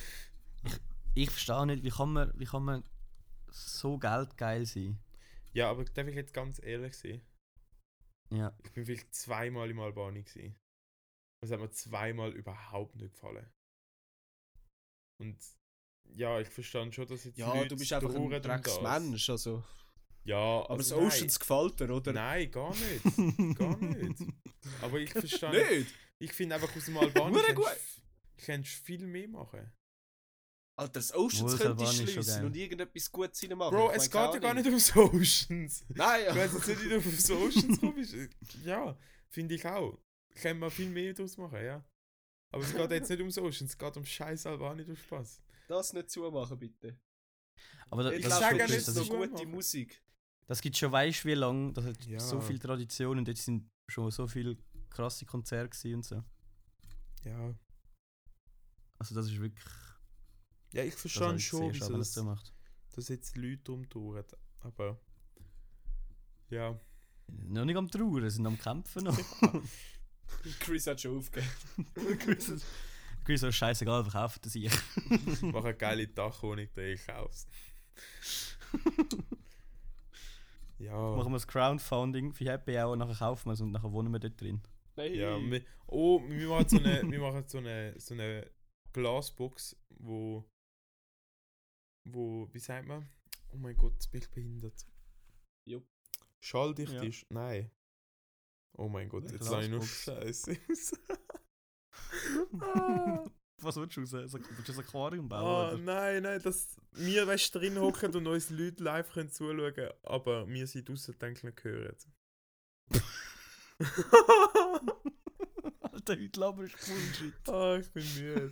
Ich verstehe nicht, wie kann man, wie kann man so geldgeil sein? ja, aber darf ich jetzt ganz ehrlich sein? Ja. Ich bin vielleicht zweimal im Albanien gewesen. Und es hat mir zweimal überhaupt nicht gefallen. Und ja, ich verstand schon, dass jetzt Ja, du bist einfach ein trauern um das. Drecksmensch, also. Ja, Aber das also Oceans gefällt dir, oder? nein, nein, gar nicht. gar nicht. Aber ich verstand. Nicht! Ich finde einfach aus dem Albanien Hure kannst, gut. du- kannst du viel mehr machen. Alter, das Oceans Wohl, Salvani könnte ich ist schon schliessen geil. und irgendetwas Gutes reinmachen. Bro, Ich es weiss auch geht ja gar nicht um- ums Oceans. Nein, Ich ja. weiß jetzt nicht, wie du aufs Oceans kommst. Ja, finde ich auch. Können wir viel mehr draus machen, ja. Aber es geht jetzt nicht ums Oceans, es geht um scheiß Albanien, du Spaß. das nicht zumachen, bitte. Aber da, Ich das, sag glaube, ja das, das das, nicht ist so ist, gute zumachen. Musik. das gibt schon weißt wie lange. Das hat Ja. so viel Tradition und jetzt sind schon so viele krasse Konzerte gewesen und so. Ja. Also das ist wirklich Ja, ich das habe verstand ich schon, gesehen, schade, wieso wenn das das, so macht. dass jetzt Leute rumtouren. Aber. Ja. Noch nicht am Trauern, sind am Kämpfen noch. Chris hat schon aufgegeben. Chris, so scheißegal, verkauft das ich. Mach eine geile Dachwohnung, die ich kauf's. Ja. Machen wir das Crowdfunding für Happy Hour, nachher kaufen wir es und nachher wohnen wir dort drin. Nein. ja wir, oh, wir machen so eine, wir machen so eine, so eine Glasbox, wo. Wo, wie sagt man? Oh mein Gott, das Bild behindert. Jupp. Schalldicht Ja. ist. Nein. Oh mein Gott, Eine jetzt lasse ich nur Glasbox. Scheiße. aus. Ah. Was willst du raus? Also, Willst du ein Aquarium Oh bauen? nein, nein, dass wir weißt, drin hocken und uns Leute live können zuschauen können, aber wir sind draußen denken nicht hören. oder? Alter, heute laberst du Bullshit. Ah, ich bin müde.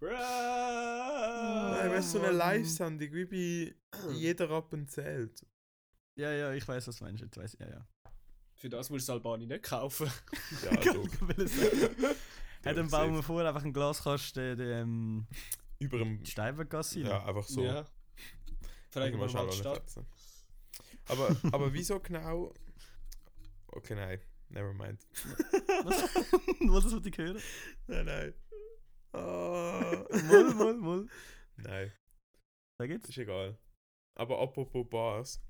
nein, weißt du, so eine Live-Sendung wie bei jeder ab und zählt. Ja, ja, ich weiß, was du meinst. Jetzt weiss, ich, ja, ja. Für das musst du Albani nicht kaufen. Ja, doch. Will es sagen. Ja, dann Safe. bauen wir vor einfach einen Glaskasten, der ähm, Über dem. Steibergasse. Ja, einfach so. Ja. Ich Fragen wir muss mal alle die Stadt. fetzen. Aber, aber wieso genau. Okay, nein. Never mind. Was? Was das wollte ich hören? nein, nein. Ah. Moll, moll, moll. Nein, Sag das jetzt. ist egal. Aber apropos Bars,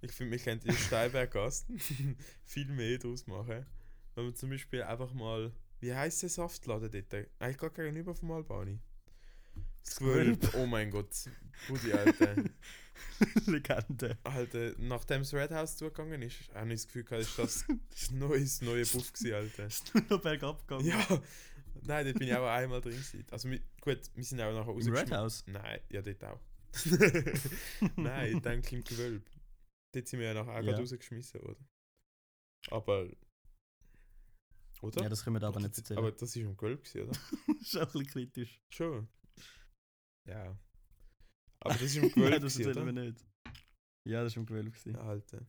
ich finde, wir könnten in Steinberggast viel mehr draus machen. Wenn wir zum Beispiel einfach mal, wie heißt der Saftladen dort? Eigentlich gar gegenüber vom Albani. Das Gewölb. Gewölb, oh mein Gott. Gute Alter. Legende. Alter, nachdem das halt, äh, Red House zugegangen ist, habe ich das Gefühl gehabt, ist das das neues, neue Buff gewesen, Alter. Ist nur noch bergab gegangen. Ja, nein, dort bin ich auch einmal drin gewesen. Also mi- gut, wir sind auch nachher Im Red rausgeschmissen. House. Nein, ja dort auch. nein, dann im Gewölbe. Dort sind wir ja nachher auch Ja. gerade rausgeschmissen worden. Aber... Oder? Ja, das können wir da aber nicht erzählen. Aber das war im Gewölbe, gewesen, oder? das ist auch ein bisschen kritisch. Schon. Ja. Aber das ist im Gewölbe, Nein, das gewesen, erzählen wir oder? nicht. Ja, das war im Gewölb. gewesen. Alter.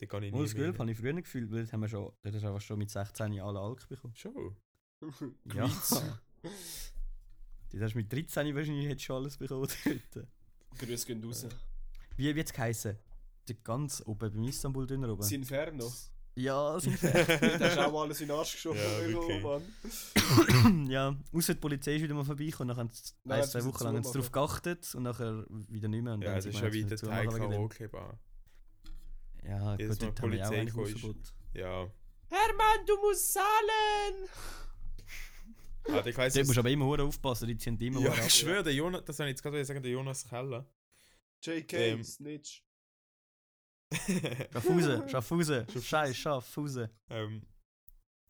Da kann ich Und das nie mehr Gewölb hin. habe ich früher gefühlt, weil dort haben wir schon, dort hast du einfach schon mit 16 Jahren alle Alk bekommen. Schon. Ja. Dort hast du mit 13 wahrscheinlich jetzt schon alles bekommen. Dort. Grüße gehen raus. Wie wird's geißen? Der ganz oben beim Istanbul Döner oben. Das Inferno. ja, also, sind Da hast du auch alles in den Arsch geschoben. Ja, irgendwo, wirklich. Mann. ja. Außer die Polizei ist wieder mal vorbeigekommen, dann haben sie Nein, ein, jetzt zwei müssen Wochen sie lang haben sie zumachen. darauf geachtet und nachher wieder nicht mehr. Und Ja, dann das sind ist wir ja jetzt wie der wieder zumachen Teig wegen dem. Karaoke-Bar. Ja, Jedes gut, dort Mal haben wir ja auch Polizei eigentlich gekommen ist. Hausverbot. Ja. Hermann, du musst zahlen! Alter, Ah, ich weiss, Dort musst was- du aber immer hure aufpassen, die ziehen immer ja, hure ab. ich schwöre, der Jonas, das soll ich jetzt gerade wieder sagen, der Jonas Keller. JK, Ähm. Snitch. Schaffhausen, Schaffhausen, Scheiß, Schaffhausen. ähm,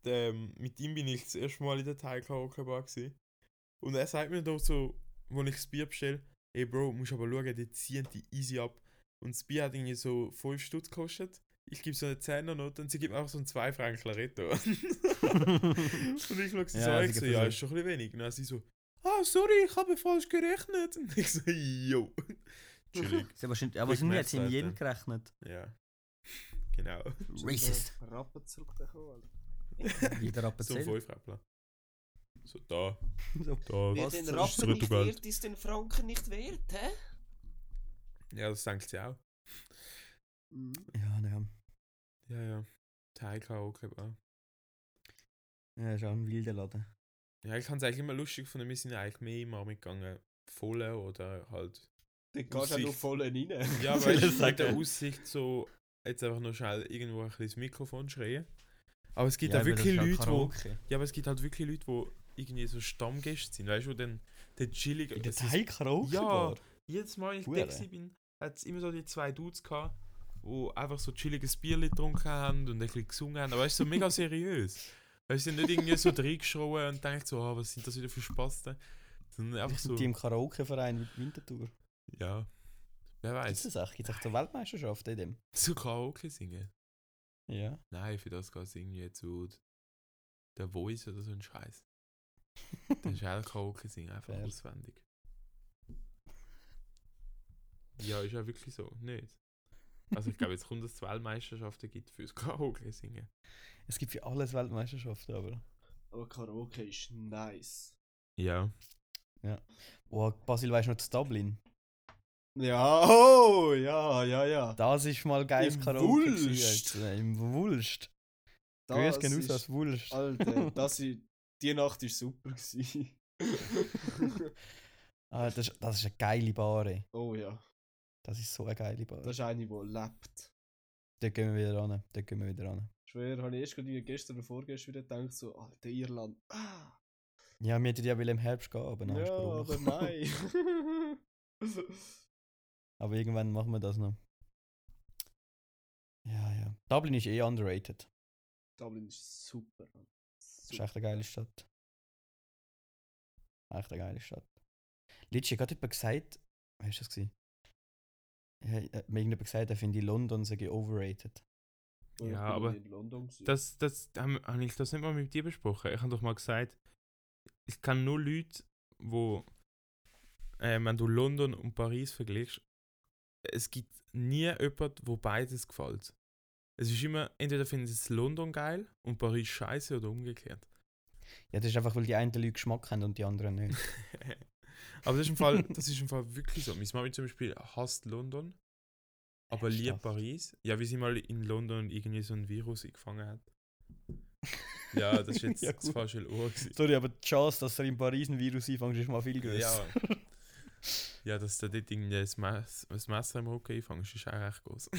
der, ähm, mit ihm bin ich das erste Mal in der Teig Karaoke-Bar gewesen. Und er sagt mir doch so, wo ich das Bier bestelle, ey Bro, musst aber schauen, die ziehen die easy ab. Und das Bier hat irgendwie so 5 Stutz gekostet. Ich gebe so eine 10er Note und sie gibt mir auch so einen 2 Franken Retto. Und ich schaue sie Ja, so an, sie ich so, gibt ja, das ist schon ein bisschen wenig. Und dann sie so, ah, sorry, ich habe falsch gerechnet. Und ich so, yo. Entschuldigung. Sie haben wahrscheinlich, aber Big wahrscheinlich hat Macs, sie in jedem Alter. gerechnet. Ja. Genau. Racist. Äh, Rappen zurückbekommen, Alter. Wieder so ein abgezählt. Fünfräppler. So, da, So. da. Wer Was den zur- Rappen ist nicht Retourgeld. wert, ist den Franken nicht wert, hä? Ja, das denkt sie auch. Mhm. Ja, ne. Ja, ja. Teig Karaoke Bar. Ja, ist auch ein wilder Laden. Ja, ich fand es eigentlich immer lustig von wir sind eigentlich mehr immer mitgegangen. Volle oder halt. Dann gehst du auch Aussicht. noch voll rein. Ja, Ich aber will ich mit der sagen. Aussicht so, jetzt einfach nur schnell irgendwo ein bisschen das Mikrofon schreien. Aber es gibt ja, auch aber das wirklich ist Leute, wo, Karaoke. Ja, aber es gibt halt wirklich Leute, die irgendwie so Stammgäste sind. Weißt du, wo dann der chillig. In der es ist- Teig-Karaoke? Ja, jedes Mal, wenn ich Hure. da gewesen bin, hat es immer so die zwei Dudes gehabt, die einfach so chilliges Bier getrunken haben und ein bisschen gesungen haben. Aber es ist so mega seriös. Weißt du, sie sind nicht irgendwie so reingeschrien und denkt so, ah, was sind das wieder für Spasten? Sondern einfach so. Die im Karaoke-Verein mit Winterthur. Ja. Wer Ist weiß. das echt? Gibt es auch zur Weltmeisterschaft in dem? So Karaoke singen. Ja. Nein, für das geht es irgendwie zu der Voice oder so ein Scheiß. Das ist auch Karaoke singen, einfach Fair. auswendig. Ja, ist ja wirklich so. Nicht. Also ich glaube, jetzt kommt, dass es zwei Meisterschaften gibt fürs Karaoke singen. es gibt für alles Weltmeisterschaften, aber. Aber Karaoke ist nice. Ja. Oh, Basil, weißt du noch zu Dublin? Ja, oh, ja, ja, ja. Das ist mal geiles Im Karaoke. gewesen, Wulst. Alter. Im Wulst. Grüß gehen raus aus Wulst. Alter, das ist, die Nacht war super. gewesen. Ah, das, ist- das ist eine geile Bar. ey. oh ja, Das ist so eine geile Bar. das ist eine, die lebt. Dort gehen wir wieder ran. Dort gehen wir wieder ran. Schwer, habe ich erst gerade irgendwie gestern oder vorgestern wieder gedacht, so, Alter, Irland. Ah, Ja, wir hätten ja will im Herbst gehen, aber nein, Genau, ist ja, Corona aber gekommen. nein. Aber irgendwann machen wir das noch. Ja, ja. Dublin ist eh underrated. Dublin ist super. Mann. Ist echt eine geile Stadt. Echt eine geile Stadt. Letztens hat jemand gesagt, wer ist das gewesen? Ja, hat mir irgendjemand gesagt, er finde London sei overrated. Oh, ich Ja, bin noch aber nie in London gewesen. Das, das, habe hab ich das nicht mal mit dir besprochen. Ich habe doch mal gesagt, ich kann nur Leute, wo, äh, wenn du London und Paris vergleichst, es gibt nie jemanden, wo beides gefällt. Es ist immer, entweder finden sie es London geil und Paris scheiße oder umgekehrt. Ja, das ist einfach, weil die einen Leute Geschmack haben und die anderen nicht. Aber das ist im Fall, das ist im Fall wirklich so. Meine Mami zum Beispiel hasst London, aber liebt Ernsthaft? Paris. Ja, wie sie mal in London irgendwie so ein Virus eingefangen hat. Ja, das ist jetzt Ja, das gut. falsche Uhr. gewesen. Sorry, aber die Chance, dass er in Paris ein Virus einfängt, ist mal viel größer. Ja. ja, dass du dort irgendwie ein Messer, ein Messer im Rücken einfängst, ist auch recht groß.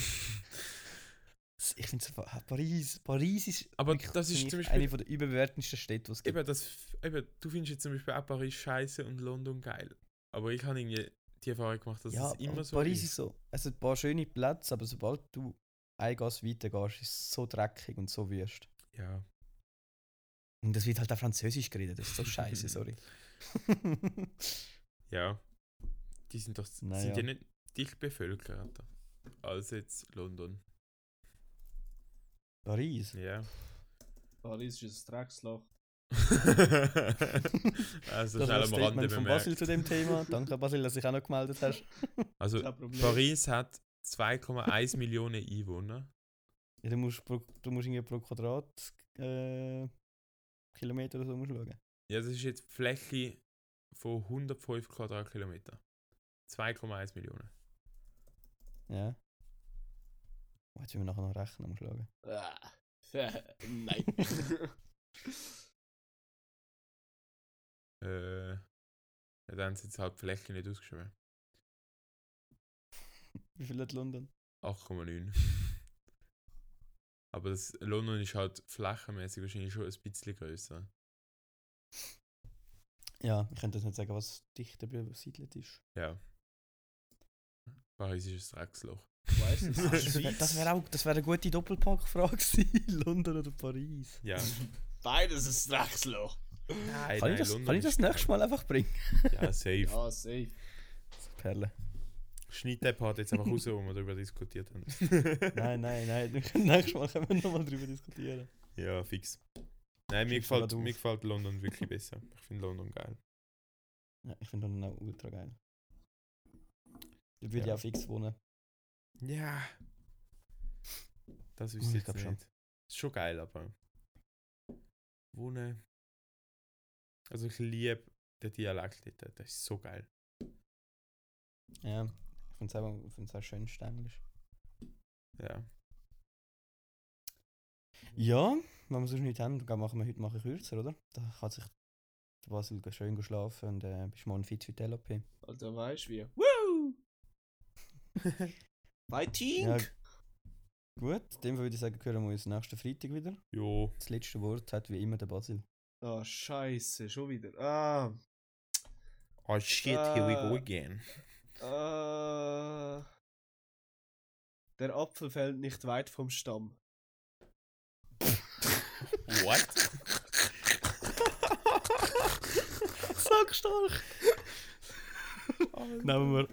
Ich finde Paris, Paris ist, Aber wirklich das für ist mich zum Beispiel- eine von der überbewertendsten Städte, die es gibt. eben, das, f- eben, du findest jetzt zum Beispiel auch Paris scheiße und London geil. Aber ich habe irgendwie die Erfahrung gemacht, dass ja, es immer und so Paris ist. ist so. Es hat ein paar schöne Plätze, aber sobald du ein Gas weiter gehst, ist es so dreckig und so wüst. Ja. Und es wird halt auch Französisch geredet, das ist so scheiße, sorry. Ja. Die sind doch Naja. sind ja nicht dicht bevölkert als jetzt London. Paris? Ja. Paris ist ein Drecksloch. also das war schnell das am Rande Statement von Basil bemerkt. zu dem Thema. Danke Basil, dass du dich auch noch gemeldet hast. Also Kein Problem. Paris hat 2,1 Millionen Einwohner. Ja, du musst pro, du musst irgendwie pro Quadrat äh, Kilometer oder so musst du schauen. Ja, das ist jetzt die Fläche von 105 Quadratkilometer. 2,1 Millionen. Ja. Oh, Jetzt müssen wir nachher noch rechnen, musst du schauen. Ah, Nein. Äh, ja, dann haben sie jetzt halt die Fläche nicht ausgeschrieben. Wie viel hat London? 8,9. Aber das London ist halt flächenmäßig wahrscheinlich schon ein bisschen größer. Ja, ich könnte jetzt nicht sagen, was dichter besiedelt ist. Ja. Paris ist ein Drecksloch. Weißt du, Ah, Das wäre Schweiz. das wär auch das wär eine gute Doppelpackfrage gewesen. London oder Paris. Ja. Beides ist ein Drecksloch. Nein, kann ich das, kann ich das nächstes Mal einfach bringen? Ja, safe. Ja, Ah, safe. Perle. Schneid den Part jetzt einfach raus, wo wir darüber diskutiert haben. Nein, nein, nein. nächstes Mal können wir nochmal drüber diskutieren. Ja, fix. Nein, mir Schreib's mal gefällt, auf. mir gefällt London wirklich besser. Ich finde London geil. Ja, ich finde London auch ultra geil. Da würde Ja. ich auch fix wohnen. Ja. Das Oh, ich wüsste ich glaub jetzt schon. nicht. Ist schon geil, aber. Wohnen. Also ich liebe den Dialekt dort. Das ist so geil. Ja. Ich finde es auch, ich find's auch schön Englisch. Ja. Ja, wenn wir sonst nichts haben, dann machen wir heute mache ich kürzer, oder? Da kann sich der Basil schön schlafen und äh, bist morgen fit für die LOP. Alter, Also, weißt du wie? Woo! Fighting! Ja. Gut, in dem Fall würde ich sagen, hören wir uns nächsten Freitag wieder. Jo. Das letzte Wort hat wie immer der Basil. Ah, scheiße, schon wieder. Ah, Oh shit, here we go Äh. again. ah. Der Apfel fällt nicht weit vom Stamm. What? Sag stark! Nehmen wir.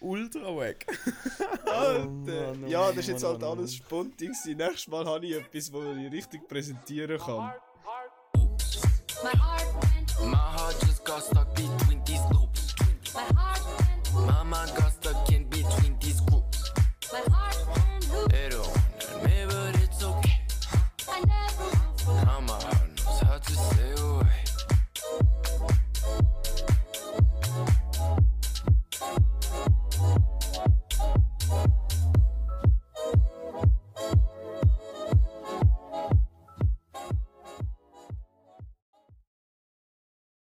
Ultra weg. Alter! Mann, oh ja, Mann, das ist jetzt oh halt Mann, oh alles spontan. gewesen. Nächstes Mal habe ich etwas, wo ich richtig präsentieren kann. My heart went, My heart just got stuck between these loops. my heart went, Mama got